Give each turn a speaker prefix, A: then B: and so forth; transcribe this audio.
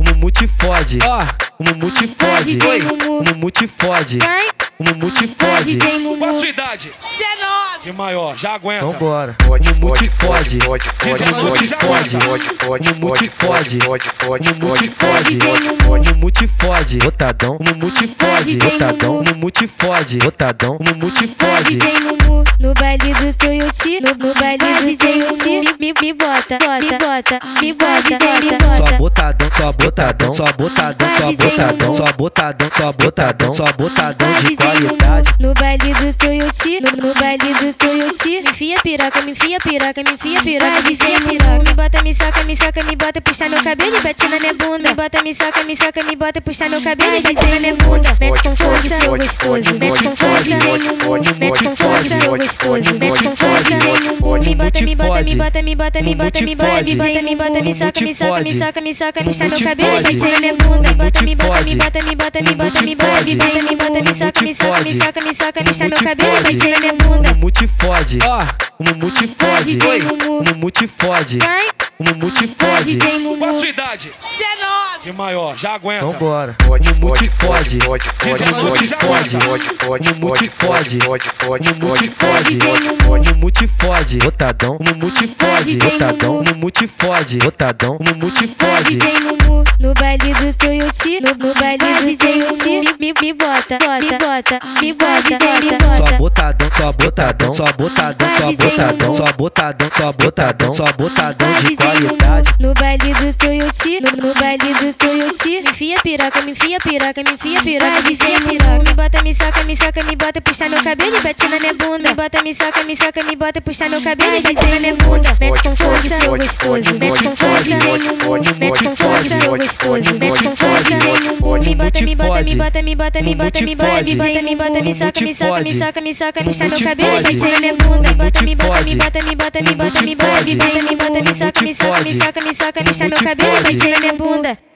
A: Mumu te fode.
B: Ó,
A: O Mumu te
C: Vai,
A: fode.
C: DJ
A: O
C: Mumu.
A: Mumu te fode.
C: Vai,
A: O Mumu te
C: vai,
A: fode.
C: DJ
D: Qual a
C: Mumu.
D: sua idade? 19. E maior, já aguenta.
A: Então bora.
E: Fode,
A: O Mumu te
E: fode,
A: fode.
E: fode, fode, fode,
D: Diz ela que
E: fode,
D: já
E: fode,
D: gosta.
E: fode, fode,
A: Mumu te
E: fode, fode, fode, fode,
A: Mumu te
E: fode,
A: fode.
E: fode, fode,
A: O Mumu te fode. Botadão. O Mumu te
C: Vai,
A: fode.
C: DJ
A: Botadão.
C: Mumu.
A: O Mumu te fode. Botadão. O Mumu te
C: Vai,
A: fode.
C: DJ Mumu. No baile do Toyoti, no, no baile do Toyoti. Me, me, me bota, bota, bota, me bota,
A: Só
C: bota, bota.
A: botadão, só botadão, só botadão, só
C: Vai, DJ
A: botadão,
C: Mumu.
A: só botadão, só botadão, só botadão
C: Vai,
A: de
C: DJ Mumu.
A: qualidade.
C: No baile do Toyoti, no, no baile do Toyoti. Me enfia piroca, me enfia piroca, me enfia piroca, me enfia piroca. Me bota, me soca, me soca, me bota, puxar meu cabelo e bate na minha bunda. Me bota, me soca, me soca, me bota, puxar meu cabelo e bate na minha bunda. Mete com força, seu gostoso. Mete com força, nenhum. Mete com força, seu gostoso. Mete com força, nenhum. Me bota, me bota, me bota, me bota, me bota, me bota, me bota, me bota, me soca, me soca, me soca, me soca, puxar meu cabelo e bate na minha bunda. Me bota, me bota, me bota, me bota, me bota, me bota, me bota, me bota, me soca, me soca, me soca, me soca, puxar meu cabelo e bate na minha bunda.
A: O Mumu te fode.
B: ó,
A: O Mumu te
C: Vai,
A: fode.
C: DJ
A: O
C: Mumu.
A: Mumu te fode.
C: Vai,
A: O Mumu te
C: vai,
A: fode.
C: DJ
D: Qual a
C: Mumu.
D: sua idade? 19. E maior, já aguenta.
A: Então bora.
E: Fode,
A: Mumu te
E: fode,
A: fode.
E: fode, fode, fode,
D: Diz ela que já
E: fode,
D: gosta.
E: fode, fode,
A: Mumu te
E: fode, fode, fode, fode,
A: Mumu te
E: fode,
A: fode.
E: fode, fode,
A: O Mumu te fode. Botadão. O Mumu te fode. Botadão. O Mumu te fode. Botadão. O Mumu te
C: Vai,
A: fode.
C: DJ Mumu. No baile do Toyoti, no, no baile do Toyoti. Me, me, me bota, bota, bota, me bota,
A: Só
C: bota, bota.
A: botadão, só botadão, só botadão, só
C: Vai, DJ
A: botadão,
C: Mumu.
A: só botadão, só botadão, só botadão
C: Vai, um.
A: de
C: DJ Mumu.
A: qualidade.
C: No baile do Toyoti, no, no baile do Toyoti. Me enfia piroca, me enfia piroca, me enfia piroca, me enfia piroca. Me bota, me soca, me soca, me bota, puxar meu cabelo e bate na minha bunda. Me bota, me soca, me soca, me bota, puxar meu cabelo e bate na minha bunda. Mete com força, seu gostoso. Mete com força, nenhum. Mete com força, seu gostoso. Mete com força, nenhum. Me bota, me bota, me bota, me bota, me bota, me bota, me bota, me bota, me soca, me soca, me soca, me soca, puxa meu cabelo e bate na minha bunda. Me bota, me bota, me bota, me bota, me bota, me bota, me bota, me bota, me soca, me soca, me soca, me soca, puxa meu cabelo e bate na minha bunda.